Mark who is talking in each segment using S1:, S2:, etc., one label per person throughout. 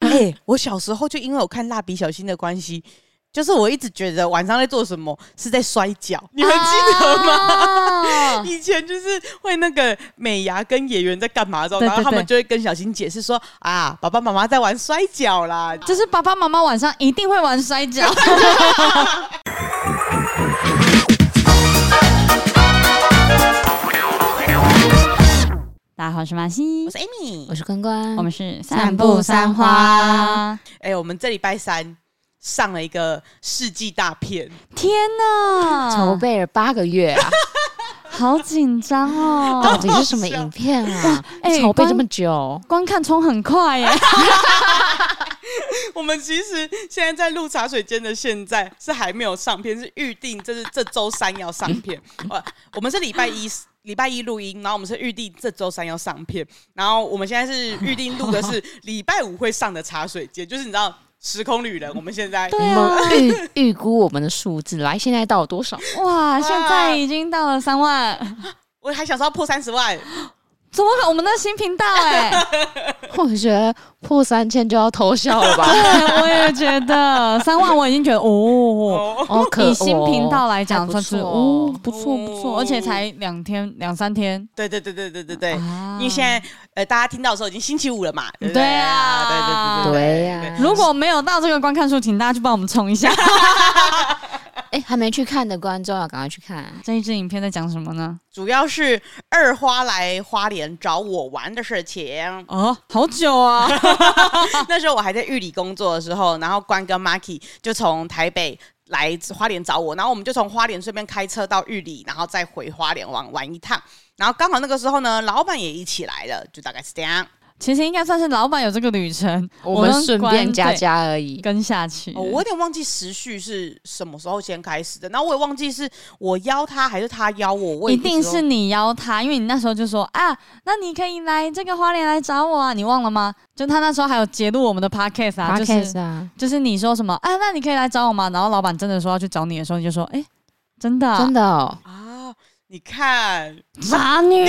S1: 哎、我小时候就因为我看《蜡笔小新》的关系，就是我一直觉得晚上在做什么是在摔跤，你们记得吗？
S2: 啊吗？
S1: 以前就是会那个美牙跟演员在干嘛的时候，
S2: 对
S1: 然后
S2: 对
S1: 他们
S2: 对
S1: 就会跟小新解释说啊，爸爸妈妈在玩摔跤啦。
S2: 就是爸爸妈妈晚上一定会玩摔跤。大家好，我是马西
S1: 我，是 Amy，
S3: 我是关关，
S2: 我们是
S3: 散步三花。
S1: 哎、我们这礼拜三上了一个世纪大片，
S2: 天哪，
S3: 筹备了八个月 啊，
S2: 好紧张
S3: 到
S2: 哦！
S3: 底是什么影片啊？
S2: 哎
S3: 筹备
S2: 关
S3: 这么久，
S2: 光看冲很快耶，
S1: 我们其实现在在录茶水间的现在是还没有上片，是预定这是这周三要上片。呃，我们是礼拜一。礼拜一录音，然后我们是预定这周三要上片，然后我们现在是预定录的是礼拜五会上的茶水间，就是你知道时空旅人，我们现在
S2: 对
S3: 我
S2: 啊，
S3: 们预预估我们的数字，来，现在到多少？
S2: 哇，现在已经到了三万，
S1: 我还想说要破三十万，
S2: 怎么可能我们的新频道哎？
S3: 我觉得破三千就要偷笑了吧？
S2: 对，我也觉得三万，我已经觉得哦。
S1: 哦，
S3: 哦，可
S2: 以新频道来讲，
S3: 还
S2: 算
S3: 不
S2: 是
S3: 错
S2: 哦，不错不
S1: 哦
S2: 错，而且才两天两三天，
S1: 对对对对对对对，
S2: 啊
S1: 因为现在呃大家听到的时候已经星期五了嘛，对不
S2: 对
S1: 对
S2: 啊
S1: 对对
S3: 对呀、
S2: 如果没有到这个观看数，请大家去帮我们冲 一下。
S3: 哎、还没去看的观众要赶快去看。
S2: 这一支影片在讲什么呢？
S1: 主要是二花来花莲找我玩的事情。
S2: 哦，好久啊，
S1: 那时候我还在玉里工作的时候，然后关跟 Marky 就从台北来花莲找我，然后我们就从花莲顺便开车到玉里，然后再回花莲玩玩一趟。然后刚好那个时候呢，老板也一起来了，就大概是这样。
S2: 其实应该算是老板有这个旅程，
S3: 我们
S2: 跟
S3: 顺
S2: 关
S3: 便加
S2: 对
S3: 加而已。
S2: 跟下去。
S1: 哦，我有点忘记时序是什么时候先开始的，然后我也忘记是我邀他还是他邀我，我也
S2: 一
S1: 不知
S2: 定
S1: 道
S2: 是你邀他，因为你那时候就说啊，那你可以来这个花莲来找我啊，你忘了吗？就他那时候还有揭露我们的 podcast 啊，就是
S3: 啊，
S2: 就是你说什么啊，那你可以来找我吗？然后老板真的说要去找你的时候，你就说哎、真的啊、
S3: 真的哦。
S1: 啊。你看，
S2: 渣女，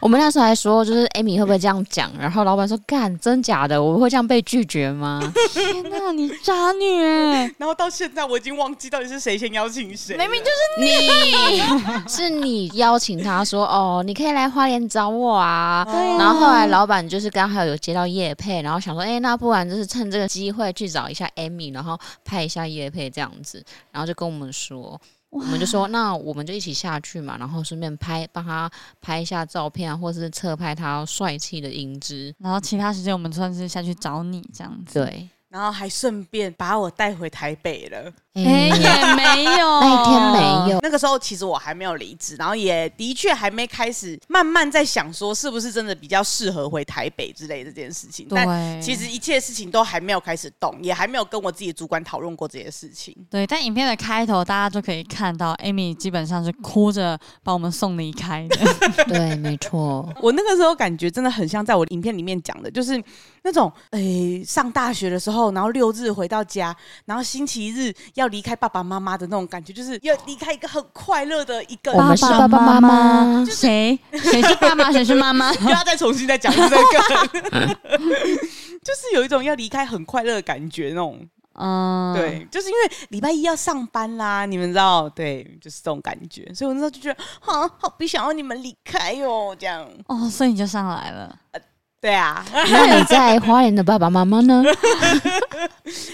S3: 我们那时候还说，就是 Amy 会不会这样讲？然后老板说：“干，真假的？我会这样被拒绝吗
S2: 天哪，你渣女哎！
S1: 然后到现在我已经忘记到底是谁先邀请谁了，
S2: 明明就是？”
S3: 你是你邀请他说：“哦，你可以来花莲找我啊。”
S2: 对啊
S3: 然后后来老板就是刚好有接到叶配，然后想说，哎、那不然就是趁这个机会去找一下 Amy，然后拍一下叶配这样子，然后就跟我们说，我们就说，那我们就一起下去嘛，然后顺便拍帮他拍一下照片啊，或是侧拍他帅气的英姿。
S2: 然后其他时间我们算是下去找你这样子，
S3: 对，
S1: 然后还顺便把我带回台北了。
S2: 哎、
S3: 哎、
S2: 也没有，
S3: 那一天没有，
S1: 那个时候其实我还没有离职，然后也的确还没开始慢慢在想说是不是真的比较适合回台北之类的这件事情。但
S2: 对，
S1: 其实一切事情都还没有开始动，也还没有跟我自己的主管讨论过这些事情。
S2: 对，在影片的开头，大家就可以看到，Amy 基本上是哭着把我们送离开 的。
S3: 对，没错，
S1: 我那个时候感觉真的很像在我影片里面讲的，就是那种诶、上大学的时候，然后六日回到家，然后星期日要离开爸爸妈妈的那种感觉，就是要离开一个很快乐的一个
S3: 我。们是爸爸妈妈
S2: 谁谁是爸爸，谁是妈妈？
S1: 不要再重新再讲一次这个， 就是有一种要离开很快乐的感觉那种。
S2: 嗯，
S1: 对，就是因为礼拜一要上班啦，你们知道，对，就是这种感觉。所以我那时候就觉得，啊，好不想要你们离开哦，这样。
S2: 哦，所以你就上来了。
S1: 对啊，
S3: 那你在花莲的爸爸妈妈呢？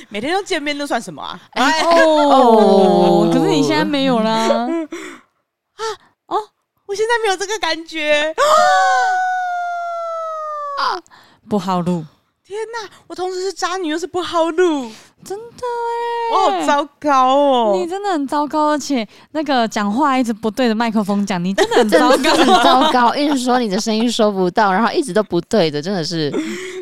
S1: 每天都见面，那算什么啊？
S2: 哦
S3: 哎哦，
S2: 可是你现在没有啦。
S1: 我现在没有这个感觉。
S2: 不好录，
S1: 天哪，我同时是渣女，又是不好录，
S2: 真的
S1: 我
S2: 哎、
S1: 好糟糕
S2: 你
S1: 哦。
S2: 真的很糟糕，而且那个讲话一直不对着麦克风讲，你真的很糟
S3: 真的很
S2: 糕。
S3: 糟糕，一直说你的声音收不到，然后一直都不对的，真 的是。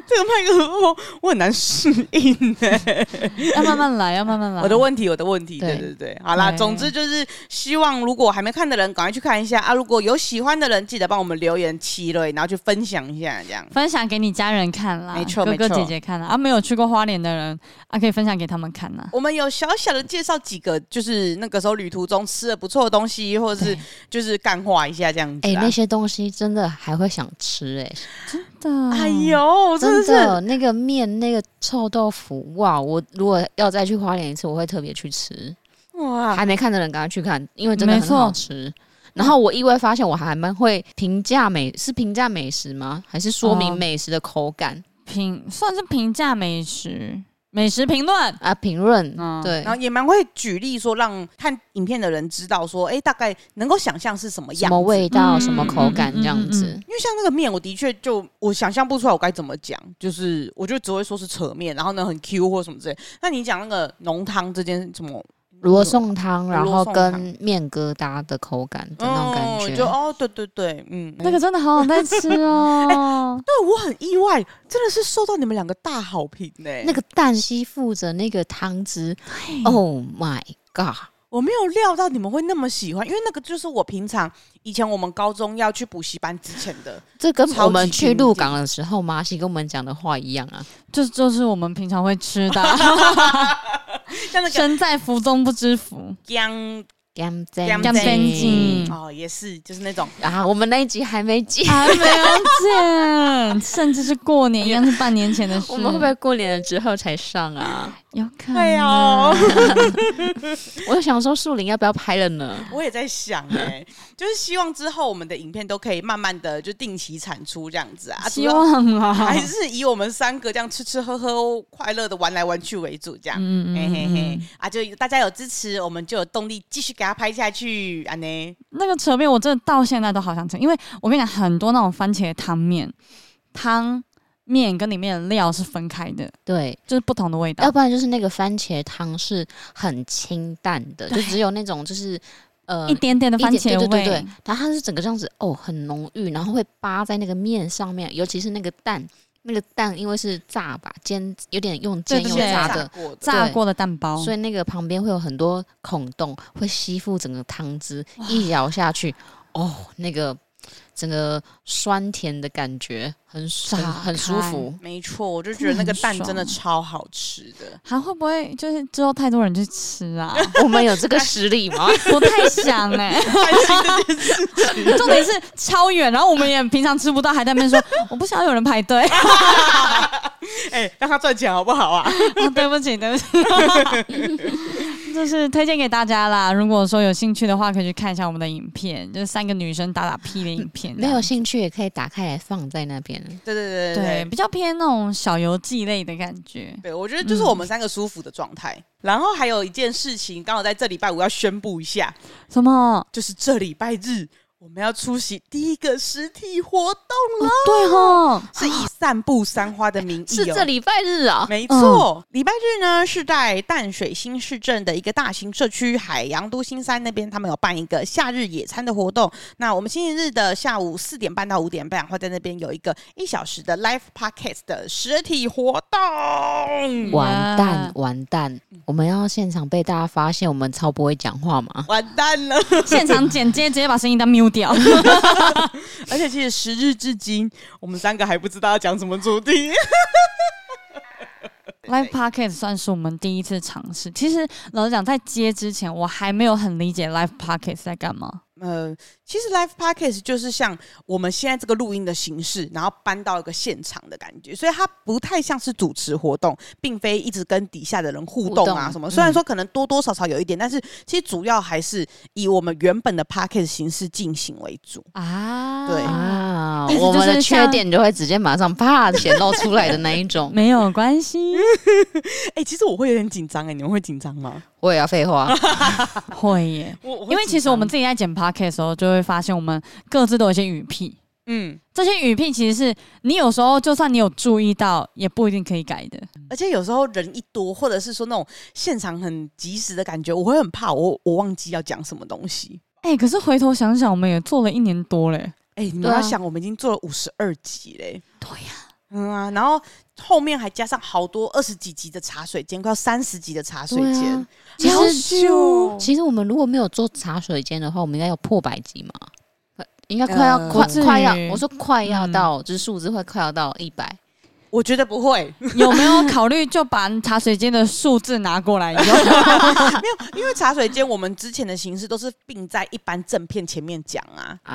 S1: 这个麦克风我很难适应哎、
S2: 要慢慢来，要慢慢来。
S1: 我的问题，我的问题，对对
S3: 对
S1: 对，好啦，
S2: 对
S1: 总之就是希望如果还没看的人，赶快去看一下啊！如果有喜欢的人，记得帮我们留言七类，然后去分享一下，这样
S2: 分享给你家人看啦，
S1: 没错
S2: 哥
S1: 没
S2: 哥
S1: 错
S2: 姐姐看啦。啊，没有去过花莲的人啊，可以分享下给他们看呐、
S1: 我们有小小的介绍几个，就是那个时候旅途中吃的不错的东西，或者是
S3: 对
S1: 就是干化一下这样子、
S3: 哎、
S1: 啊。
S3: 那些东西真的还会想吃哎、
S2: 真 的，
S1: 哎，呦，真的
S3: 啊真
S1: 是
S3: 的那个面那个臭豆腐哇！我如果要再去花莲一次，我会特别去吃。
S1: 哇！
S3: 还没嗯看的人赶快去看，因为真的
S2: 没
S3: 很好
S2: 错
S3: 吃。然后我意外发现，我还蛮会评价美，是评价美食吗？还是说明
S2: 哦
S3: 美食的口感、
S2: 评算是评价美食，美食评论，
S3: 啊？评论、
S2: 嗯，
S3: 对
S1: 然后也蛮会举例说，让看影片的人知道说，哎、大概能够想象是什么
S3: 什
S1: 样
S3: 么
S1: 子。
S3: 味道、
S2: 嗯
S3: 什么口感
S2: 嗯嗯
S3: 这样子。
S2: 嗯嗯
S1: 因为像那个面，我的确就我想象不出来我该怎么讲，就是我就只会说是扯面，然后呢很 Q 或什么之类。那你讲那个浓汤这件什么
S3: 罗宋汤，然
S1: 罗
S3: 后
S1: 宋
S3: 跟
S1: 汤
S3: 面疙瘩的口感的那种感
S1: 嗯
S3: 觉，
S1: 就哦，对对对，嗯，
S2: 那个真的好想再吃哦。
S1: 对我很意外，真的是受到你们两个大好评欸呢、
S3: 那个蛋吸附着那个汤汁，Oh my god！
S1: 我没有料到你们会那么喜欢，因为那个就是我平常以前我们高中要去补习班之前的，
S3: 这跟
S1: 超
S3: 我们
S1: 级
S3: 去
S1: 经
S3: 鹿
S1: 济
S3: 港的时候，马西跟我们讲的话一样啊。
S2: 这就是我们平常会吃的啊，
S1: 像那个
S2: 身在福中不 知福，
S1: 姜
S3: 干
S1: 干
S3: 干
S2: 干净
S1: 哦，也是就是那种
S3: 啊！我们那一集还没剪，
S2: 还没有见， 甚至是过年一样是半年前的事，
S3: 我们会不会过年了之后才上啊？
S2: 有可能？
S1: 对
S2: 啊
S1: 哦，
S3: 我想说树林要不要拍了呢？
S1: 我也在想哎、就是希望之后我们的影片都可以慢慢的就定期产出这样子啊，
S3: 哦
S2: 希望 啊，
S1: 主要还是以我们三个这样吃吃喝喝、快乐的玩来玩去为主这样。
S2: 嗯嗯
S1: 嘿嘿
S2: 嗯
S1: 嘿
S2: 嗯，，
S1: 啊，就大家有支持，我们就有动力继续给他拍下去啊呢。
S2: 那个扯面我真的到现在都好想吃，因为我跟你讲，很多那种番茄汤面，汤面跟里面的料是分开的，
S3: 对，
S2: 就是不同的味道
S3: 要。不然就是那个番茄汤是很清淡的，就只有那种就是呃
S2: 一点点的
S3: 一
S2: 番
S3: 点
S2: 茄
S3: 对对对对
S2: 味，，
S3: 然后它是整个这样子哦，很浓郁，然后会扒在那个面上面，尤其是那个蛋，那个蛋因为是炸吧，煎有点用煎
S2: 对
S3: 用
S2: 对
S3: 炸
S1: 炸
S3: 的，
S1: 过的，
S2: 炸过的蛋包，
S3: 所以那个旁边会有很多孔洞，会吸附整个汤汁，一咬下去，哦，那个整个酸甜的感觉很很
S2: 炸
S3: 很舒
S2: 开
S3: 服。
S1: 没错，我就觉得那个蛋真
S2: 真的
S1: 的
S2: 很
S1: 超好吃的。
S2: 还会不会就是之后太多人去吃 啊？
S3: 我们有这个实力吗？
S2: 不太想哎、重点是超远，然后我们也平常吃不到，还在那边说我不想要有人排队。啊，
S1: 哎、让他赚钱好不好啊？
S2: 哦对不起，对不起， 就是推荐给大家啦。如果说有兴趣的话，可以去看一下我们的影片，就是三个女生打打屁的影片。
S3: 没有兴趣也可以打开来放在那边。
S1: 对对对
S2: 对，
S1: 对
S2: 比较偏那种小游记类的感觉。
S1: 对，我觉得就是我们三个舒服的状态。然后还有一件事情，刚好在这礼拜五要宣布一下，
S2: 什么？
S1: 就是这礼拜日我们要出席第一个实体活动
S2: 哦
S1: 了，，
S2: 对哦，
S1: 是以散步三花的名义、哦
S3: 是这。礼拜日啊、
S1: 没错，礼、拜日呢是在淡水新市镇的一个大型社区海洋都新山那边，他们有办一个夏日野餐的活动。那我们星期日的下午四点半到五点半会在那边有一个一小时的 live podcast 的实体活动。
S3: 完
S2: 哇
S3: 蛋完蛋！我们要现场被大家发现我们超不会讲话吗？
S1: 完蛋了！
S2: 现场剪接直接把声音都 mute 掉。
S1: 而且其实时日至今，我们三个还不知道要讲什么主题。
S2: Live Podcast 算是我们第一次尝试。其实老实讲，在接之前，我还没有很理解 Live Podcast 在干嘛。
S1: 呃，其实 live podcast 就是像我们现在这个录音的形式，然后搬到一个现场的感觉，所以它不太像是主持活动，并非一直跟底下的人互动啊
S3: 互动
S1: 什么。
S3: 嗯
S1: 虽然说可能多多少少有一点，但是其实主要还是以我们原本的 podcast 形式进行为主。
S2: 啊，
S1: 对
S3: 啊，
S2: 但是
S3: 我
S2: 就
S3: 们的
S2: 是
S3: 缺
S2: 像
S3: 点就会直接马上啪显露出来的那一 种。
S2: 没有关系，
S1: 哎、其实我会有点紧张哎，你们会紧张吗？
S3: 我也要废话，
S2: 会耶。
S1: 我我会
S2: 因为其实我们
S1: 紧
S2: 自己在剪 podcast 的时候，就会发现我们各自都有一些语癖。
S1: 张嗯，
S2: 这些语癖其实是你有时候就算你有注意到，也不一定可以改的。
S1: 而且有时候人一多，或者是说那种现场很及时的感觉，我会很怕我我忘记要讲什么东西。
S2: 哎、可是回头想想，我们也做了一年多嘞。
S1: 哎、你们
S3: 对啊
S1: 要想，我们已经做了五十二集嘞、
S2: 对呀、
S1: 嗯啊，然后后面还加上好多二十几集的茶水间，快要三十集的茶水
S3: 对
S1: 间
S3: 啊，其
S1: 好
S3: 实
S1: 久
S3: 其实我们如果没有做茶水间的话，我们应该要破百集嘛，应该快要、
S1: 呃
S3: 快
S2: 不至于
S3: 快要，我说快要
S2: 嗯
S3: 到，就是数字会快要到一百。
S1: 我觉得不会，
S2: 有没有考虑就把茶水间的数字拿过来用？
S1: 因为茶水间我们之前的形式都是并在一般正片前面讲啊，
S3: 啊！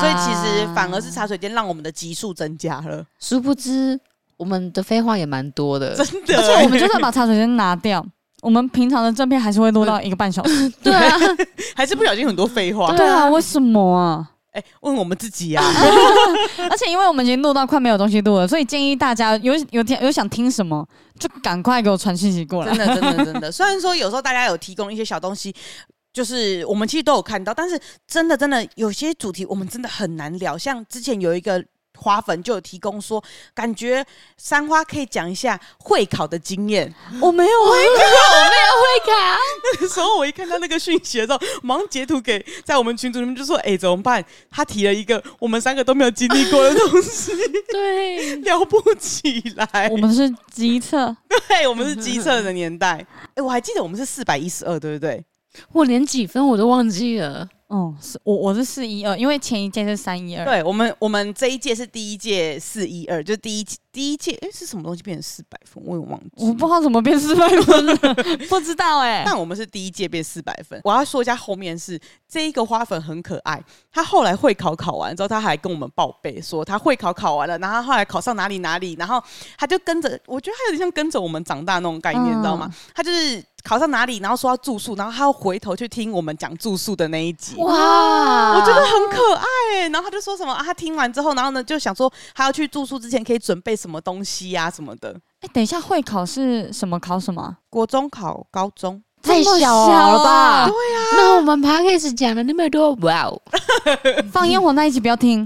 S1: 所以其实反而是茶水间让我们的集数增加了，
S3: 殊不知我们的废话也蛮多的，
S1: 真的。
S2: 而且我们就算把茶水间拿掉，我们平常的正片还是会录到一个半小时。
S3: 对 啊，
S1: 还是不小心很多废话，
S2: 对啊，为什么啊？
S1: 哎、问我们自己呀、
S2: 而且因为我们已经录到快没有东西录了，所以建议大家有有听有想听什么，就赶快给我传讯息过来
S1: 真。的，真的，真的。 虽然说有时候大家有提供一些小东西，就是我们其实都有看到，但是真的真的有些主题我们真的很难聊。像之前有一个花粉就有提供说，感觉三花可以讲一下会考的经验。
S2: 我没有啊，
S3: 会卡。
S1: 那个时候我一看到那个讯息的时候，马上截图给在我们群组里面就说：“哎、怎么办？”他提了一个我们三个都没有经历过的东西，
S3: 对，
S1: 聊不起来
S2: 我。们是机测，
S1: 对，我们是机测的年代。哎、我还记得我们是四百一十二，对不对？
S3: 我连几分我都忘记了。
S2: 哦，是我我是四一二，因为前一届是三一二，
S1: 对我们，我们这一届是第一届四一二，就第一届第一届，哎、是什么东西变成四百分？我也忘记。
S2: 我不知道怎么变四百分了，不知道哎、
S1: 但我们是第一届变四百分。我要说一下，后面是这一个花粉很可爱，他后来会考考完之后，他还跟我们报备说他会考考完了，然后他后来考上哪里哪里，然后他就跟着，我觉得他有点像跟着我们长大那种概念，
S2: 嗯
S1: 你知道吗？他就是考上哪里，然后说要住宿，然后他要回头去听我们讲住宿的那一集。
S2: 嗯
S3: 哇，
S1: 我觉得很可爱、然后他就说什么啊，他听完之后，然后呢就想说他要去住宿之前可以准备什么东西呀、什么的。
S2: 哎，等一下会考是什么考什么啊？
S1: 国中考高中，
S3: 太
S2: 这么
S3: 小
S2: 小
S3: 了吧？
S2: 啊
S3: 对啊。那我们 p o d c a s 讲了那么多，哇哦，
S2: 放烟火那一集不要听，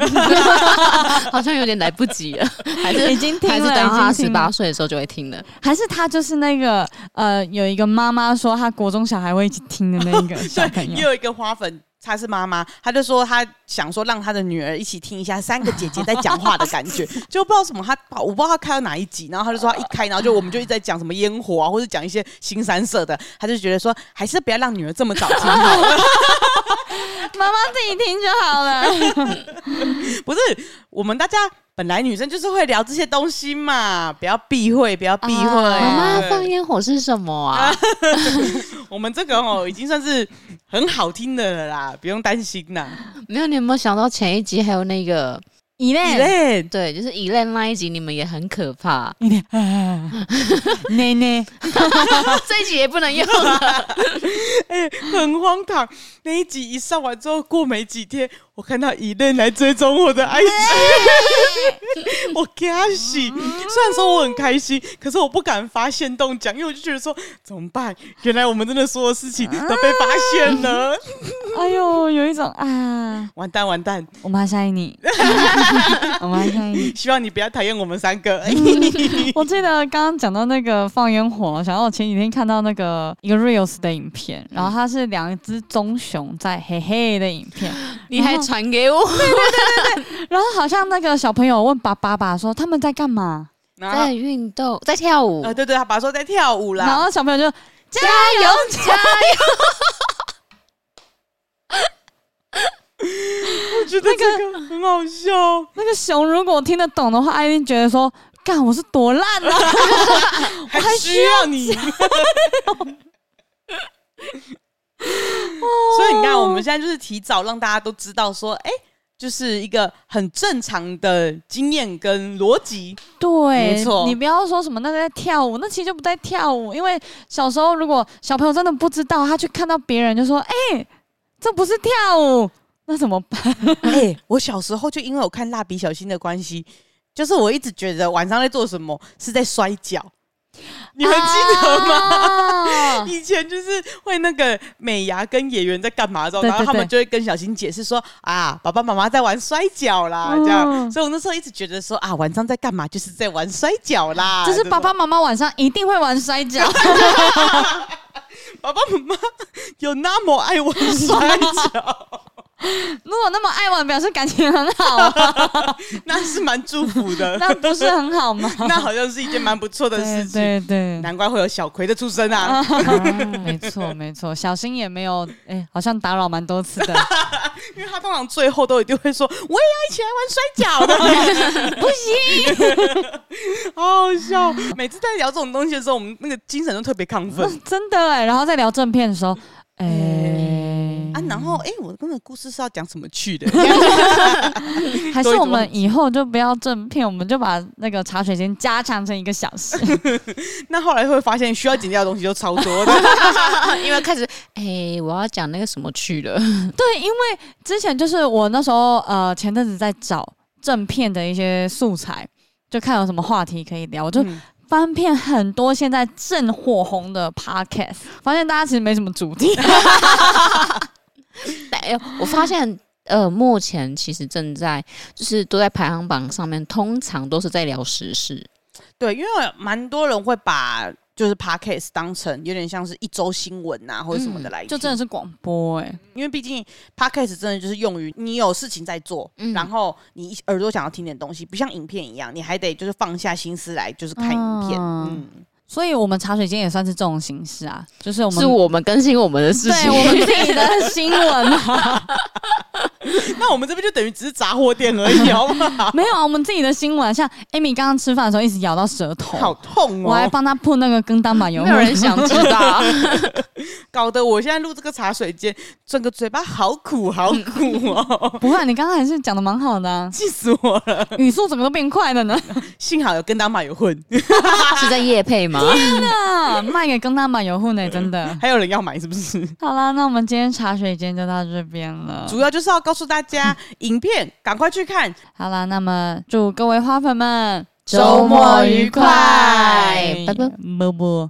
S3: 好像有点来不及 了，还是
S2: 已经听
S3: 还是
S2: 了，
S3: 等到
S2: 已
S3: 他
S2: 经
S3: 十
S2: 听了
S3: 八，岁的时候就会听了。
S2: 还是他就是那个呃，有一个妈妈说她国中小孩会一起听的 那一个小朋
S1: 也
S2: 友。
S1: 有一个花粉，她是妈妈，她就说她想说让她的女儿一起听一下三个姐姐在讲话的感 觉，就不知道什么她，我不知道她开到哪一集，然后她就说她一开，然后就我们就一直在讲什么烟火啊，或者讲一些新三色的，她就觉得说还是不要让女儿这么 早听好了。
S2: 妈妈自己听就好 了。
S1: 不是，我们大家本来女生就是会聊这些东西嘛，不要避讳，不要避讳。
S3: 啊妈妈
S1: 对
S3: 放烟火是什么啊？
S1: 我们这个哦，已经算是很好听的了啦，不用担心啦。
S3: 没有，你有没有想到前一集还有那个？
S2: 以内
S1: 对，
S3: 对，就是依恋那一集，你们也很可
S2: ，
S3: 怕
S2: 以内，啊内 内，
S3: 这一集也 不能用。
S1: 很荒唐。那一集一上完之后，过没几天，我看到以任来追踪我的
S3: 哎
S1: IG，我给他洗。虽然说我很开心，可是我不敢发现动讲，因为我就觉得说怎么办？原来我们真的所有事情
S3: 啊
S1: 都被发现了，
S2: 哎呦，有一种啊，
S1: 完蛋完蛋！
S2: 我妈爱你，我妈爱你。
S1: 希望你不要讨厌我们三 个。
S2: 我记得刚刚讲到那个放烟火，想到我前几天看到那个一个 reels 的影片，然后它是两只棕熊在嘿嘿的影片，
S3: 你还传给我？
S2: 然后好像那个小朋友问爸爸爸说他们在干嘛，
S1: 然后
S3: 在运动，在跳舞
S2: 哦
S1: 呃，。对对，他爸说在跳舞
S2: 然
S1: 啦。
S2: 后小朋友就加
S3: 油加油！
S1: 我觉得这个很好 笑。
S2: 那个熊如果听得懂的话，他一定觉得说干我是多烂啊。
S1: 还需要你。所以你看，我们现在就是提早让大家都知道说，哎、就是一个很正常的经验跟逻辑。
S2: 对，
S1: 没错
S2: 你不要说什么那个在跳舞，那其实就不在跳舞，因为小时候如果小朋友真的不知道，他去看到别人就说：“哎、这不是跳舞。”那怎么办？
S1: 哎、我小时候就因为我看蜡笔小新的关系，就是我一直觉得晚上在做什么是在摔跤。啊你们记得吗？
S2: 吗？
S1: 以前就是会那个美牙跟演员在干嘛的时候，
S2: 对
S1: 然后
S2: 对
S1: 他们
S2: 对
S1: 就会跟小新解释说啊，爸爸妈妈在玩摔跤啦，
S2: 嗯
S1: 这样。所以我那时候一直觉得说啊，晚上在干嘛，就是在玩摔跤啦。
S2: 就是
S1: 这种
S2: 爸爸妈妈晚上一定会玩摔 跤，
S1: 爸爸妈妈有那么爱玩摔 跤，
S2: 如果那么爱玩，表示感情很好啊，
S1: 那是蛮祝福的，
S2: 那不是很好吗？
S1: 那好像是一件蛮不错的
S2: 对
S1: 事情。
S2: 对对，
S1: 难怪会有小葵的出生啊！
S2: 啊没错没错，小新也没有，哎、好像打扰蛮多次的，
S1: 因为他通常最后都一定会说：“我也要一起来玩摔跤的。
S2: 不行，”
S1: 好好笑。每次在聊这种东西的时候，我们那个精神都特别亢奋
S2: 真的哎、然后在聊正片的时候，哎、
S1: 啊。然后，哎、我那个故事是要讲什么去的？
S2: 还
S1: 多一种
S2: 是我们以后就不要正片，我们就把那个茶水间加长成一个小时。
S1: 那后来会发现需要剪掉的东西就超多的。
S3: 因为开始哎、我要讲那个什么去了，
S2: 对，因为之前就是我那时候呃前阵子在找正片的一些素材，就看有什么话题可以聊，我就
S1: 嗯
S2: 翻遍很多现在正火红的 podcast，发现大家其实没什么主题。
S3: 但哎、我发 现。呃，目前其实正在就是都在排行榜上面，通常都是在聊时事，
S1: 对，因为蛮多人会把就是 podcast 当成有点像是一周新闻呐、或者什么嗯的来听、
S2: 就真的是广播哎、
S1: 因为毕竟 podcast 真的就是用于你有事情在做，
S3: 嗯
S1: 然后你耳朵想要听点东西，不像影片一样，你还得就是放下心思来就是看影片。
S2: 啊
S1: 嗯，
S2: 所以我们茶水间也算是这种形式啊，就是我们
S3: 是我们更新我们的事
S2: 对
S3: 情。
S2: 我们自己的新闻啊，
S1: 那我们这边就等于只是杂货店而已，好不 好？
S2: 没有啊，我们自己的新闻，像 Amy 刚刚吃饭的时候一直咬到舌头，
S1: 好痛
S2: 我还
S1: 哦！
S2: 帮她铺那个跟当马油，
S3: 没有人想知 道，
S1: 搞得我现在录这个茶水间，整个嘴巴好苦，好苦哦！，
S2: 不会，你刚刚还是讲的蛮好的、 啊
S1: 气死我了！
S2: 语速怎么都变快了呢？
S1: 幸好有跟当马有混，
S3: 是在夜配吗？
S2: 真的， 卖给跟当马油户呢，真 的。
S1: 还有人要买是不是？
S2: 好啦，那我们今天茶水间就到这边了。
S1: 主要就是要告诉大 家，影片赶快去看，
S2: 好啦，那么祝各位花粉们
S3: 周末愉快拜拜
S2: 么么。